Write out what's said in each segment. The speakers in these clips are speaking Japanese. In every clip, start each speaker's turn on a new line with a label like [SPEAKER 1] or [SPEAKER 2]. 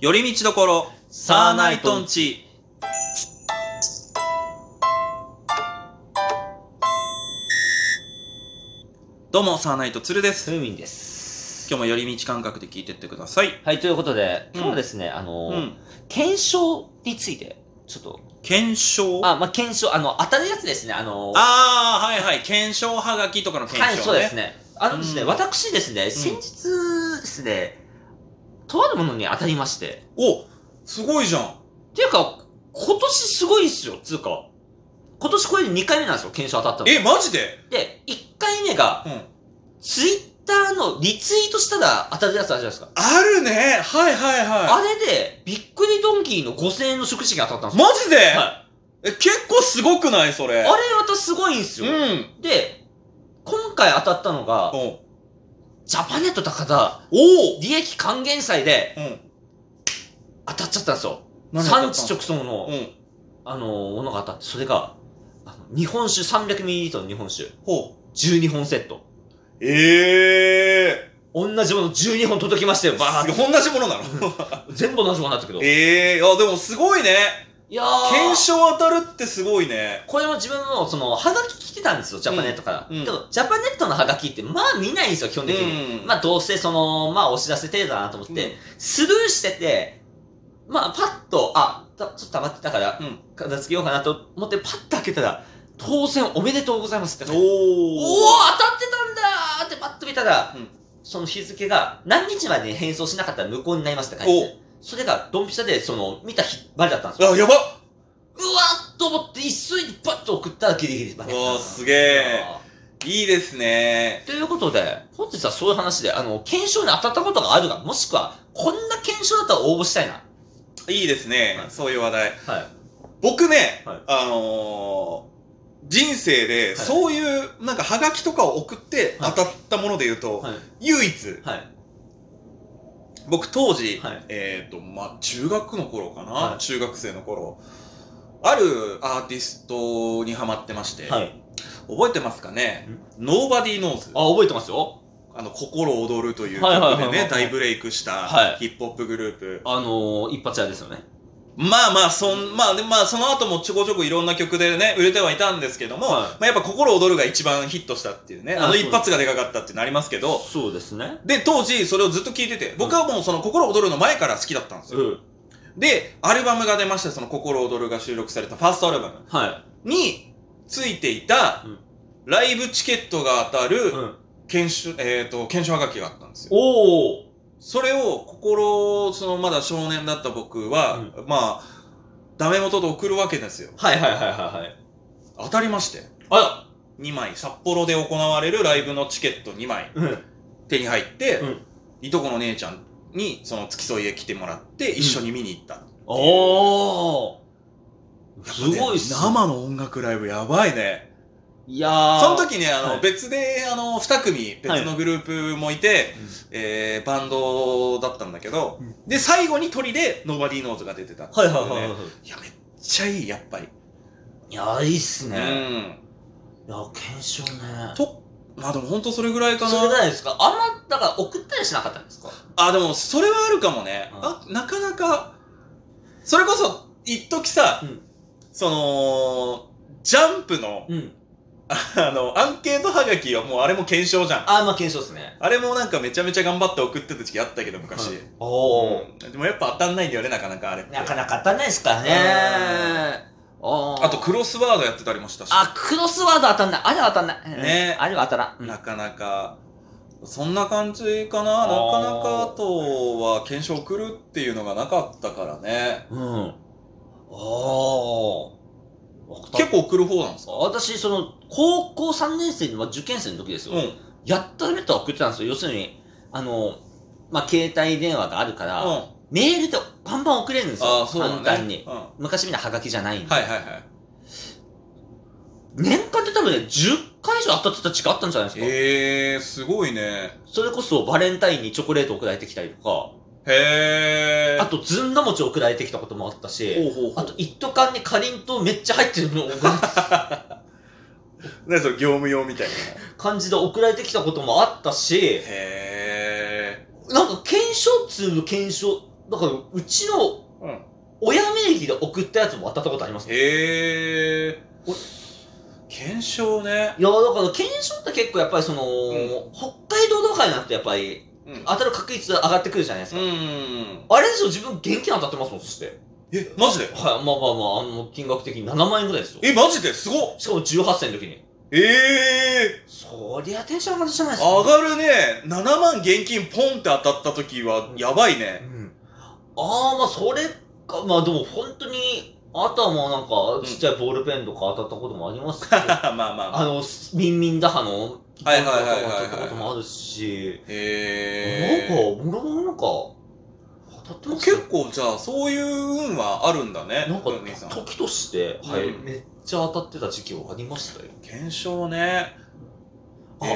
[SPEAKER 1] 寄り道どころ、サーナイトンチ。どうも、サーナイトつるです。
[SPEAKER 2] スーミンです。
[SPEAKER 1] 今日も寄り道感覚で聞いてってください。
[SPEAKER 2] はい、ということで、
[SPEAKER 1] うん
[SPEAKER 2] 今日はですね、あの
[SPEAKER 1] う
[SPEAKER 2] ー、
[SPEAKER 1] ん。
[SPEAKER 2] 検証について、ちょっと、
[SPEAKER 1] 検証あ
[SPEAKER 2] あ、まあ、検証、あの、当たるやつですね、あのー、
[SPEAKER 1] あー、はいはい。検証はがきとかの検
[SPEAKER 2] はい、
[SPEAKER 1] 証、ね。
[SPEAKER 2] そうですね。あのですね、
[SPEAKER 1] うん
[SPEAKER 2] 私ですね、先日ですね、とあるものに当たりまして、
[SPEAKER 1] お、すごいじゃん。
[SPEAKER 2] っていうか、今年すごいっすよ、つうか。今年これで2回目なんですよ、検証当たったの。
[SPEAKER 1] え、マジで
[SPEAKER 2] で、1回目が、
[SPEAKER 1] うん。
[SPEAKER 2] ツイッターのリツイートしたら当たるやつあるじゃないですか。
[SPEAKER 1] あるね。はいはいは
[SPEAKER 2] あれで、びっくりドンキーの5000円の食事券当たったん
[SPEAKER 1] い。
[SPEAKER 2] ですよ。
[SPEAKER 1] マジで、
[SPEAKER 2] はい
[SPEAKER 1] え、結構すごくないそれ。
[SPEAKER 2] あれまたすごいんです
[SPEAKER 1] う
[SPEAKER 2] よ。
[SPEAKER 1] ん。
[SPEAKER 2] で、今回当たったのが、
[SPEAKER 1] おう
[SPEAKER 2] ジャパネット高田、
[SPEAKER 1] おう
[SPEAKER 2] 利益還元祭で
[SPEAKER 1] うん。
[SPEAKER 2] 当たっちゃったんですよ。
[SPEAKER 1] 何や
[SPEAKER 2] 産
[SPEAKER 1] った
[SPEAKER 2] 地
[SPEAKER 1] の
[SPEAKER 2] 直送の、
[SPEAKER 1] うん。
[SPEAKER 2] あの、ものが当たって、それが、あの日本酒 300ml の日本酒、
[SPEAKER 1] ほう。
[SPEAKER 2] 12本セット。
[SPEAKER 1] え
[SPEAKER 2] 同じもの12本届きましたよ、
[SPEAKER 1] え
[SPEAKER 2] バー
[SPEAKER 1] ー。
[SPEAKER 2] ッ
[SPEAKER 1] すごい同じもの なの
[SPEAKER 2] と。全部同じものだったけど。い
[SPEAKER 1] ええー。あ、でもすごいね。
[SPEAKER 2] やー。
[SPEAKER 1] 検証当たるってすごいね。
[SPEAKER 2] これも自分も、その、ハガキ来てたんですよ、ジャパネットから。
[SPEAKER 1] うんうん
[SPEAKER 2] けど、ジャパネットのハガキって、まあ見ないんですよ、基本的に。
[SPEAKER 1] うん
[SPEAKER 2] まあどうせその、まあお知らせ程度だなと思って、スルーしてて、まあパッと、あ、たちょっと溜まってたから、
[SPEAKER 1] うん
[SPEAKER 2] 片付けようかなと思って、パッと開けたら、当選おめでとうございますって
[SPEAKER 1] お
[SPEAKER 2] 書いてある。おおー
[SPEAKER 1] お
[SPEAKER 2] 当たってたんだーってパッと見たら、
[SPEAKER 1] うん
[SPEAKER 2] その日付が何日までに返送しなかったら無効になりますって書いてあるそれがドンピシャで、その、見た日までだったんですよ。
[SPEAKER 1] あ、やばっ
[SPEAKER 2] うわっと思って、急いでパッと送ったらギリギリまで。
[SPEAKER 1] おーすげえいいですね。
[SPEAKER 2] ということで、本日はそういう話で、あの、検証に当たったことがあるが、もしくは、こんな検証だったら応募したいな。
[SPEAKER 1] いいですね
[SPEAKER 2] は。い
[SPEAKER 1] そういう話題。
[SPEAKER 2] はい。
[SPEAKER 1] 僕ね
[SPEAKER 2] はい、
[SPEAKER 1] あのー、人生で、
[SPEAKER 2] い
[SPEAKER 1] そういう、なんか、ハガキとかを送って当たったもので言うと、
[SPEAKER 2] はい。
[SPEAKER 1] 唯一、
[SPEAKER 2] はい。
[SPEAKER 1] 僕当時、
[SPEAKER 2] はい
[SPEAKER 1] えっ、と、まあ、中学の頃かな、
[SPEAKER 2] はい
[SPEAKER 1] 中学生の頃、あるアーティストにハマってまして、
[SPEAKER 2] はい。
[SPEAKER 1] 覚えてますかね ?Nobody Knows。
[SPEAKER 2] あ、覚えてますよ。
[SPEAKER 1] あの、心躍るという曲
[SPEAKER 2] はいはいはい
[SPEAKER 1] で
[SPEAKER 2] はいは
[SPEAKER 1] ね
[SPEAKER 2] い、
[SPEAKER 1] 大ブレイクした
[SPEAKER 2] はい
[SPEAKER 1] ヒップホップグループ。
[SPEAKER 2] あのー、一発屋ですよね。
[SPEAKER 1] まあまあ、そん、まあで、まあ、その後もちょこちょこいろんな曲でね、売れてはいたんですけども、
[SPEAKER 2] はい
[SPEAKER 1] まあやっぱ心躍るが一番ヒットしたっていうね、あ
[SPEAKER 2] あ
[SPEAKER 1] の
[SPEAKER 2] そう
[SPEAKER 1] 一発がでかかったってなりますけど、
[SPEAKER 2] そうですね。
[SPEAKER 1] で、当時それをずっと聴いてて、僕はもうその心躍るの前から好きだったんですよ。
[SPEAKER 2] うん。
[SPEAKER 1] で、アルバムが出ました、その心躍るが収録されたファーストアルバム
[SPEAKER 2] は
[SPEAKER 1] についていた
[SPEAKER 2] うん、
[SPEAKER 1] ライブチケットが当た
[SPEAKER 2] い。
[SPEAKER 1] る
[SPEAKER 2] うん。
[SPEAKER 1] 検証、えっ、と、検証はがきがあったんですよ。
[SPEAKER 2] おー。
[SPEAKER 1] それを心、そのまだ少年だった僕は、まあ、ダメ元で送るわけですよ。
[SPEAKER 2] はいはいはいはいはい。
[SPEAKER 1] 当たりまして。
[SPEAKER 2] あ
[SPEAKER 1] 2枚、札幌で行われるライブのチケット2枚
[SPEAKER 2] ら。うん。
[SPEAKER 1] 手に入って、
[SPEAKER 2] うん
[SPEAKER 1] いとこの姉ちゃんにその付き添いで来てもらって、一緒に見に行った。
[SPEAKER 2] おー。
[SPEAKER 1] やっ
[SPEAKER 2] す
[SPEAKER 1] ぱね
[SPEAKER 2] ごいっす。
[SPEAKER 1] 生の音楽ライブやばいね。
[SPEAKER 2] いやー。
[SPEAKER 1] その時ね、あの、
[SPEAKER 2] はい
[SPEAKER 1] 別で、あの、二組、別のグループもいて、えー、バンドだったんだけど、
[SPEAKER 2] うん
[SPEAKER 1] で、最後に鳥で、ノーバディーノーズが出てたってう
[SPEAKER 2] はい
[SPEAKER 1] ね
[SPEAKER 2] はいはいはいはい。
[SPEAKER 1] いや、めっちゃいい、やっぱり。
[SPEAKER 2] いやー、いいっすね。
[SPEAKER 1] う
[SPEAKER 2] いやー、検証ね。
[SPEAKER 1] ん。と、まあでも本当それぐらいか
[SPEAKER 2] それぐ
[SPEAKER 1] な。
[SPEAKER 2] らいですかあんま、だから送ったりしなかったんですか
[SPEAKER 1] あ、でもそれはあるかもね。
[SPEAKER 2] うん
[SPEAKER 1] あ、なかなか、それこそ、一時さ、
[SPEAKER 2] うん
[SPEAKER 1] その、ジャンプの、
[SPEAKER 2] うん。
[SPEAKER 1] あの、アンケートはがきはもうあれも検証じゃん。
[SPEAKER 2] あー、まあ検証ですね。
[SPEAKER 1] あれもなんかめちゃめちゃ頑張って送ってた時期あったけど、昔。
[SPEAKER 2] はいおー。
[SPEAKER 1] うんでもやっぱ当たんないんだよね、なかなかあれって。
[SPEAKER 2] なかなか当たんないですからね。あー
[SPEAKER 1] あとクロスワードやってたりもしたし。
[SPEAKER 2] あ、クロスワード当たんない。あれは当たんない。
[SPEAKER 1] ね
[SPEAKER 2] あれは当たらん。
[SPEAKER 1] なかなか、そんな感じかな。なかなかあとは検証送るっていうのがなかったからね。
[SPEAKER 2] うん。ああ。
[SPEAKER 1] 結構送る方なんですか
[SPEAKER 2] 構、私、その、高校3年生のまあ受験生の時です
[SPEAKER 1] う
[SPEAKER 2] よ。
[SPEAKER 1] ん。
[SPEAKER 2] やっとメットは送ってたんですよ。要するに、あの、まあ、携帯電話があるから、
[SPEAKER 1] うん。
[SPEAKER 2] メールでバンバン送れるんですよ。
[SPEAKER 1] ああ、そうだね。
[SPEAKER 2] 簡単に
[SPEAKER 1] う。ん。は
[SPEAKER 2] 昔みんなハガキじゃないん
[SPEAKER 1] い
[SPEAKER 2] で。
[SPEAKER 1] はいはい。
[SPEAKER 2] 年間で多分ね、10回以上当たってた時期あったんじゃないですか。
[SPEAKER 1] ええー、すごいね。
[SPEAKER 2] それこそバレンタインにチョコレート送られてきたりとか、
[SPEAKER 1] へえ。
[SPEAKER 2] あとずんだ餅送られてきたこともあったし、
[SPEAKER 1] ほうほうほ
[SPEAKER 2] あ
[SPEAKER 1] う
[SPEAKER 2] と一斗缶にかりんとうめっちゃ入ってるのを送られて
[SPEAKER 1] 何それ業務用みたいな。
[SPEAKER 2] 感じで送られてきたこともあったし、
[SPEAKER 1] へえ。
[SPEAKER 2] なんか検証通の検証、だから、うちの
[SPEAKER 1] うん。
[SPEAKER 2] 親名義で送ったやつも当たったことありますね。
[SPEAKER 1] へえ
[SPEAKER 2] お。
[SPEAKER 1] 検証ね。
[SPEAKER 2] いや、だから、検証って結構やっぱりその、
[SPEAKER 1] ん
[SPEAKER 2] 北海道とかになってやっぱり、
[SPEAKER 1] うん。
[SPEAKER 2] 当たる確率上がってくるじゃないです
[SPEAKER 1] う
[SPEAKER 2] か。
[SPEAKER 1] ん。
[SPEAKER 2] あれでしょ、自分現金当たってますもん、そして。
[SPEAKER 1] え、マジで
[SPEAKER 2] はい、まあまあまあ、あの、金額的に7万円ぐらいですよ。
[SPEAKER 1] え、マジですごっ
[SPEAKER 2] しかも18歳の時に。
[SPEAKER 1] ええ
[SPEAKER 2] そりゃテンション上がるじゃないですか。
[SPEAKER 1] 上がるね。7万現金ポンって当たった時は、やばいね。
[SPEAKER 2] うん。ああ、まあ、それか、まあでも本当に、あとはもうなん
[SPEAKER 1] ん
[SPEAKER 2] か、ちっちゃいボールペンとか当たったこともあ りますし、
[SPEAKER 1] まあまあま
[SPEAKER 2] あ
[SPEAKER 1] あ。
[SPEAKER 2] の、すミンミン打破の、
[SPEAKER 1] はいはいはいはい
[SPEAKER 2] 当
[SPEAKER 1] はい
[SPEAKER 2] たったこともあるし、なん
[SPEAKER 1] へ
[SPEAKER 2] か、
[SPEAKER 1] え。
[SPEAKER 2] もろもろなんか、当たってますよ
[SPEAKER 1] 結構じゃあ、そういう運はあるんだね。
[SPEAKER 2] なんか
[SPEAKER 1] うん兄さん、
[SPEAKER 2] 時として、はい、
[SPEAKER 1] うん
[SPEAKER 2] めっちゃ当たってた時期はありましたよ。
[SPEAKER 1] 検証ね。
[SPEAKER 2] あ
[SPEAKER 1] へ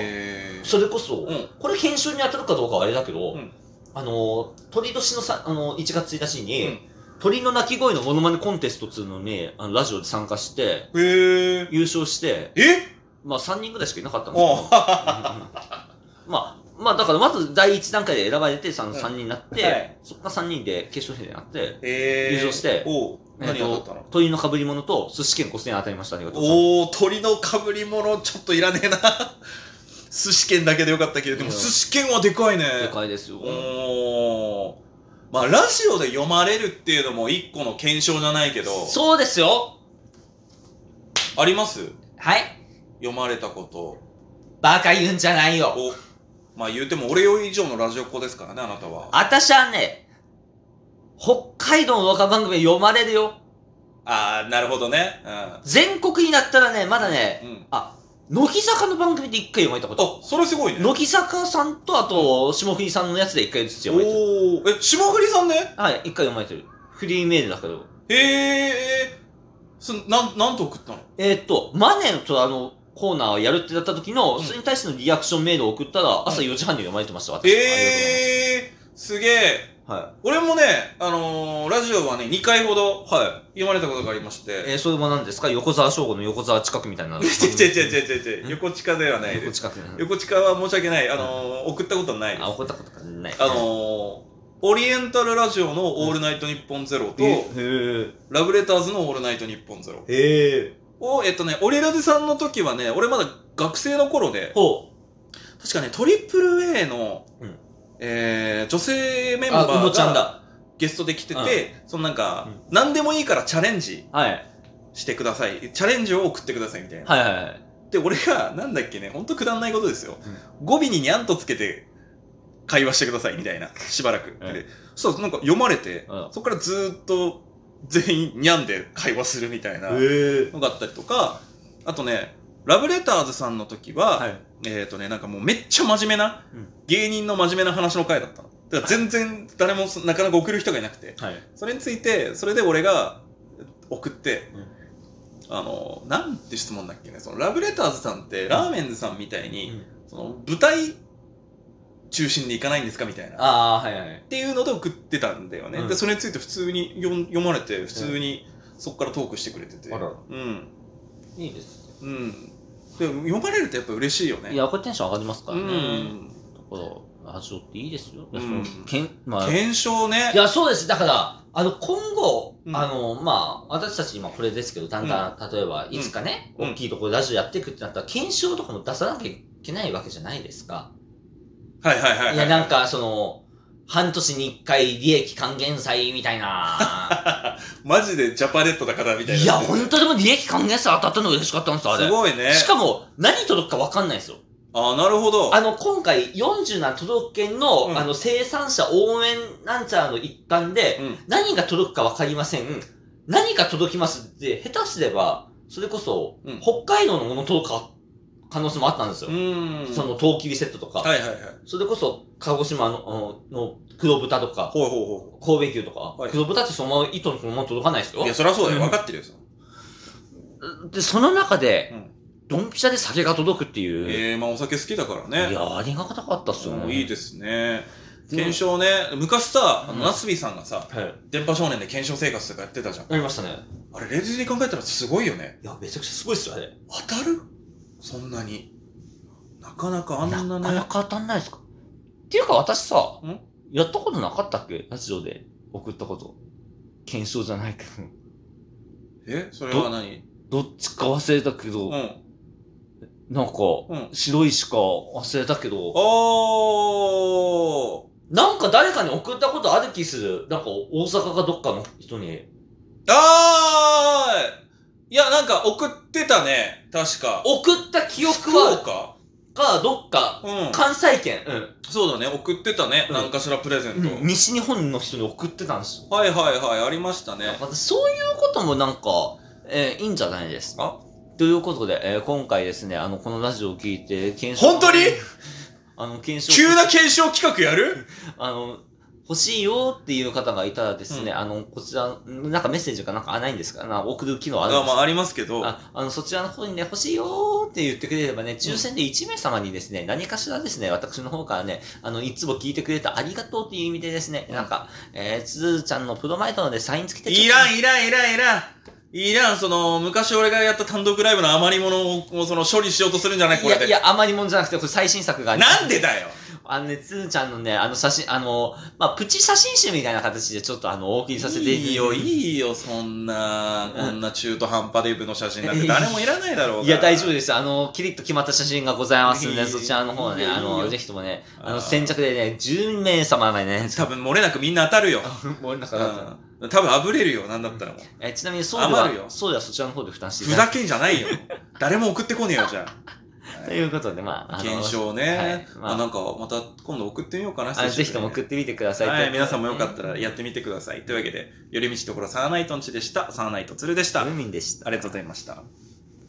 [SPEAKER 1] え。
[SPEAKER 2] それこそ、
[SPEAKER 1] うん
[SPEAKER 2] これ検証に当たるかどうかはあれだけど、
[SPEAKER 1] うん
[SPEAKER 2] あの、鳥年のさ、あの、1月1日に、
[SPEAKER 1] うん
[SPEAKER 2] 鳥の鳴き声のモノマネコンテストっつうのに、あの、ラジオで参加して、
[SPEAKER 1] へえ。
[SPEAKER 2] 優勝して、
[SPEAKER 1] え
[SPEAKER 2] まあ3人ぐらいしかいなかったんですけど、
[SPEAKER 1] おは
[SPEAKER 2] まあ、まあだからまず第1段階で選ばれて、その
[SPEAKER 1] うん
[SPEAKER 2] 3人になって、
[SPEAKER 1] はい
[SPEAKER 2] そっから3人で決勝戦になって、
[SPEAKER 1] えー
[SPEAKER 2] 優勝して
[SPEAKER 1] おう何
[SPEAKER 2] えーと
[SPEAKER 1] が当たったの
[SPEAKER 2] 鳥の被り物と寿司券5000円当たりました。ありがとうございます。
[SPEAKER 1] おお鳥のかぶり物ちょっといらねえな寿司券だけでよかったけどでも
[SPEAKER 2] いや
[SPEAKER 1] 寿司券はでかいね
[SPEAKER 2] でかいですよ。
[SPEAKER 1] おおまあラジオで読まれるっていうのも一個の検証じゃないけど
[SPEAKER 2] そうですよ
[SPEAKER 1] あります
[SPEAKER 2] はい
[SPEAKER 1] 読まれたこと
[SPEAKER 2] バカ言うんじゃないよ
[SPEAKER 1] おまあ言うても俺より以上のラジオっ子ですからねあなたはあ
[SPEAKER 2] 私はね、北海道の若番組読まれるよ。
[SPEAKER 1] あーなるほどね
[SPEAKER 2] 全国になったらね、まだ
[SPEAKER 1] う
[SPEAKER 2] ね、
[SPEAKER 1] ん、うん、
[SPEAKER 2] あ、乃木坂の番組で一回読まれたこと。
[SPEAKER 1] あそれすごいね
[SPEAKER 2] 乃木坂さんと、あと、霜降りさんのやつで一回ずつ
[SPEAKER 1] お
[SPEAKER 2] 読まれてる。
[SPEAKER 1] おえ霜降りさんね
[SPEAKER 2] はい、一回読まれてる。フリーメールだけど。
[SPEAKER 1] へえすなんなんと送ったの
[SPEAKER 2] えーっと、マネーの虎のコーナーをやるってなった時の、
[SPEAKER 1] うん
[SPEAKER 2] それに対してのリアクションメールを送ったら、朝4時半に読まれてました、私。
[SPEAKER 1] ええー、すげえ。
[SPEAKER 2] ありがとうございます
[SPEAKER 1] 俺もね、あのー、ラジオはね、2回ほど
[SPEAKER 2] はい。はい。
[SPEAKER 1] 読まれたことがありまして。
[SPEAKER 2] えー、それも何ですか横沢翔吾の横沢近くみたいな。
[SPEAKER 1] 違う違う違
[SPEAKER 2] う。
[SPEAKER 1] う違う違う
[SPEAKER 2] うん
[SPEAKER 1] 横地下ではない
[SPEAKER 2] 横
[SPEAKER 1] です。
[SPEAKER 2] 近くに。
[SPEAKER 1] 横地下は申し訳ない。あのー、送ったことはないです。
[SPEAKER 2] あ、
[SPEAKER 1] あ
[SPEAKER 2] 怒ったことがない。
[SPEAKER 1] のー、オリエンタルラジオのオールナイトニッポンゼロと、
[SPEAKER 2] え、
[SPEAKER 1] ラブレターズのオールナイトニッポンゼロ
[SPEAKER 2] へえ。
[SPEAKER 1] を、えっとね、オリラジさんの時はね、俺まだ学生の頃で、
[SPEAKER 2] ほ
[SPEAKER 1] 確かね、トリプル A の、
[SPEAKER 2] うん
[SPEAKER 1] えー、女性メ
[SPEAKER 2] う。
[SPEAKER 1] ンバ
[SPEAKER 2] あ、う
[SPEAKER 1] ー
[SPEAKER 2] の
[SPEAKER 1] が
[SPEAKER 2] ちゃんだ。
[SPEAKER 1] ゲストで来てて、
[SPEAKER 2] うん
[SPEAKER 1] そのなんか、
[SPEAKER 2] うん
[SPEAKER 1] 何でもいいからチャレンジ
[SPEAKER 2] はい。
[SPEAKER 1] してください。チャレンジを送ってくださいみたいな。
[SPEAKER 2] はいはいはい。
[SPEAKER 1] で、俺が、なんだっけね、ほんとくだんないことですよ。語尾ににゃんとつけて、会話してくださいみたいな。 しばらく。
[SPEAKER 2] うん
[SPEAKER 1] で、そしたらなんか読まれて、
[SPEAKER 2] うん
[SPEAKER 1] そこからずーっと全員にゃんで会話するみたいな
[SPEAKER 2] へえ。
[SPEAKER 1] のがあったりとか、あとね、ラブレターズさんの時は、
[SPEAKER 2] はい。
[SPEAKER 1] えっ、ー、とね、なんかもうめっちゃ真面目な、
[SPEAKER 2] うん
[SPEAKER 1] 芸人の真面目な話の回だったの。だから全然誰もそなかなか送る人がいなくて。
[SPEAKER 2] はい。
[SPEAKER 1] それについてそれで俺が送って、
[SPEAKER 2] うん
[SPEAKER 1] あのなんて質問だっけねそのラブレターズさんってラーメンズさんみたいに、
[SPEAKER 2] うん
[SPEAKER 1] その舞台中心でいかないんですかみたいなっ
[SPEAKER 2] ああ、はいはい。
[SPEAKER 1] ていうので送ってたんだよね、
[SPEAKER 2] うん
[SPEAKER 1] でそれについて普通に読ん読まれて普通にそこからトークしてくれてて
[SPEAKER 2] あら
[SPEAKER 1] うん
[SPEAKER 2] いいです。
[SPEAKER 1] うんでも読まれるとやっぱ嬉しいよね
[SPEAKER 2] いや、これテンション上がりますか
[SPEAKER 1] う
[SPEAKER 2] らね。
[SPEAKER 1] ん
[SPEAKER 2] だから、ラジオっていいですよ。
[SPEAKER 1] うん
[SPEAKER 2] けん、まあ、い
[SPEAKER 1] 検証ね
[SPEAKER 2] や、そうです。だから、あの、今後、
[SPEAKER 1] うん
[SPEAKER 2] あの、まあ、私たち今これですけど、だんだん、例えば、いつかね、
[SPEAKER 1] うん
[SPEAKER 2] 大きいところでラジオやっていくってなったら、検証とかも出さなきゃいけないわけじゃないですか。
[SPEAKER 1] はいはいはいはい
[SPEAKER 2] いや、なんか、その、半年に一回利益還元祭みたいな。
[SPEAKER 1] マジでジャパネットだ からみたいない
[SPEAKER 2] や、ほんとでも利益還元祭当たったの嬉しかったんですよ、あ
[SPEAKER 1] す
[SPEAKER 2] れ。
[SPEAKER 1] ごいね
[SPEAKER 2] しかも、何届くかわかんないですよ。
[SPEAKER 1] あなるほど
[SPEAKER 2] あの、今回、47都道府県の、
[SPEAKER 1] うん
[SPEAKER 2] あの、生産者応援なんちゃらの一環で、
[SPEAKER 1] うん
[SPEAKER 2] 何が届くかわかりません。何が届きますって、下手すれば、それこそ、
[SPEAKER 1] うん
[SPEAKER 2] 北海道のもの届くか可能性もあったんですよ。
[SPEAKER 1] うん。
[SPEAKER 2] その、トウキビセットとか、
[SPEAKER 1] はいはいはい。
[SPEAKER 2] それこそ、鹿児島の、あのの黒豚とか、
[SPEAKER 1] ほうほうほ
[SPEAKER 2] 神戸牛とか、
[SPEAKER 1] はい
[SPEAKER 2] 黒豚ってそのまま糸のそのまま届かないですよ
[SPEAKER 1] いや、。そりゃそうだよ。
[SPEAKER 2] うん
[SPEAKER 1] 分かってるよ。その
[SPEAKER 2] で、その中で
[SPEAKER 1] うん、
[SPEAKER 2] ドンピシャで酒が届くっていう。
[SPEAKER 1] ええ、まあお酒好きだから
[SPEAKER 2] い
[SPEAKER 1] ね。
[SPEAKER 2] や、ありがたかったっすよ
[SPEAKER 1] もう
[SPEAKER 2] ね。
[SPEAKER 1] いい
[SPEAKER 2] で
[SPEAKER 1] ですね。
[SPEAKER 2] す
[SPEAKER 1] 検証ね。昔さ、あ
[SPEAKER 2] うん
[SPEAKER 1] のなすびさんがさ、
[SPEAKER 2] はい。や
[SPEAKER 1] 電波少年で検証生活とかやってたじゃん。
[SPEAKER 2] りましたね。
[SPEAKER 1] あれ、冷静に考えたらすごいよね。
[SPEAKER 2] いや、めちゃくちゃすごいっすよ、あれ。
[SPEAKER 1] 当たるそんなに。なかなかあんな
[SPEAKER 2] なかな
[SPEAKER 1] ね。
[SPEAKER 2] か当たんないですかっていうか、私さ
[SPEAKER 1] ん、
[SPEAKER 2] やったことなかったっけラジオで。
[SPEAKER 3] 送ったこと。検証じゃないけど。
[SPEAKER 1] えそれは何
[SPEAKER 3] どっちか忘れたけど、
[SPEAKER 1] うん。
[SPEAKER 3] なんか、
[SPEAKER 1] うん。
[SPEAKER 3] 白いしか忘れたけど、
[SPEAKER 1] おー
[SPEAKER 2] なんか誰かに送ったことある気する。なんか大阪かどっかの人に。
[SPEAKER 1] あーいや、なんか送ってたね。確か。
[SPEAKER 2] 送った記憶は、
[SPEAKER 1] は
[SPEAKER 2] か、どっか、
[SPEAKER 1] うん。
[SPEAKER 2] 関西圏、
[SPEAKER 1] そうだね。送ってたね。
[SPEAKER 2] うん
[SPEAKER 1] 何かしらプレゼント。
[SPEAKER 3] うん西日本の人に送ってたんですよ。
[SPEAKER 1] はいはいはい。ありましたね。
[SPEAKER 2] またそういうこともなんか、えーいいんじゃないですかということで、えー今回ですね、あの、このラジオを聞いて、検
[SPEAKER 1] 本当に
[SPEAKER 2] あの、検証。
[SPEAKER 1] 急な検証企画やる
[SPEAKER 2] あの、欲しいよっていう方がいたらですね、
[SPEAKER 1] う
[SPEAKER 2] あの、こちら、んなんかメッセージかなんかあないんですかなんか送る機能あ
[SPEAKER 1] あ
[SPEAKER 2] るんです
[SPEAKER 1] ま
[SPEAKER 2] か
[SPEAKER 1] あ、ありますけど。
[SPEAKER 2] ああの、そちらの方にね、欲しいよーって言ってくれればね、抽選で1名様にですね、何かしらですね、私の方からね、あの、いつも聞いてくれたありがとうっていう意味でですね、なんか、えー、つーちゃんのプロマイトのでサイン付きでちょっと。
[SPEAKER 1] いらん、いらん、いらん、いらん。いらん、その、昔俺がやった単独ライブの余り物を、もうその、処理しようとするんじゃないこ
[SPEAKER 2] い
[SPEAKER 1] れ
[SPEAKER 2] や、
[SPEAKER 1] で。
[SPEAKER 2] いや、あまりもんじゃなくて、これ最新作が、
[SPEAKER 1] なんでだよ
[SPEAKER 2] あのね、つーちゃんのね、あの写真、あの、まあ、プチ写真集みたいな形でちょっとあの、お送りさせて
[SPEAKER 1] いいよ、い
[SPEAKER 2] い。
[SPEAKER 1] いよ、そんな、
[SPEAKER 2] うん
[SPEAKER 1] こんな中途半端デブの写真なんて誰もいらないだろうから
[SPEAKER 2] いや、大丈夫です。あの、キリッと決まった写真がございますん
[SPEAKER 1] い
[SPEAKER 2] で、
[SPEAKER 1] い
[SPEAKER 2] そちらの方
[SPEAKER 1] い
[SPEAKER 2] ね、
[SPEAKER 1] いよ
[SPEAKER 2] あ
[SPEAKER 1] いい
[SPEAKER 2] の、
[SPEAKER 1] よ
[SPEAKER 2] ぜひともね、あ
[SPEAKER 1] あ
[SPEAKER 2] の、
[SPEAKER 1] ー
[SPEAKER 2] 先着でね、10名様がね、
[SPEAKER 1] 多分漏れなくみんな当たるよ。
[SPEAKER 2] もうなん
[SPEAKER 1] う
[SPEAKER 2] か
[SPEAKER 1] ん。多分あぶれるよ、なんだったらもう。
[SPEAKER 2] えーちなみに送料
[SPEAKER 1] 余るよ
[SPEAKER 2] は、送料はそちらの方で負担してい
[SPEAKER 1] ふ
[SPEAKER 2] ただ
[SPEAKER 1] ざ
[SPEAKER 2] く。
[SPEAKER 1] けんじゃないよ。誰も送ってこねえよ、じゃ
[SPEAKER 2] ということで、ま
[SPEAKER 1] あ。
[SPEAKER 2] あ、あの
[SPEAKER 1] 検証
[SPEAKER 2] はい
[SPEAKER 1] ね。
[SPEAKER 2] まあ
[SPEAKER 1] あなんか、また今度送ってみようかな、
[SPEAKER 2] あぜひとも送
[SPEAKER 1] っ
[SPEAKER 2] ってみてください。
[SPEAKER 1] はい、皆さんもよかったらやってみてください。というわけで、寄り道ところサーナイトンチでした。サーナイトツルでした。あ
[SPEAKER 2] ルミンでした。
[SPEAKER 1] りがとうございました。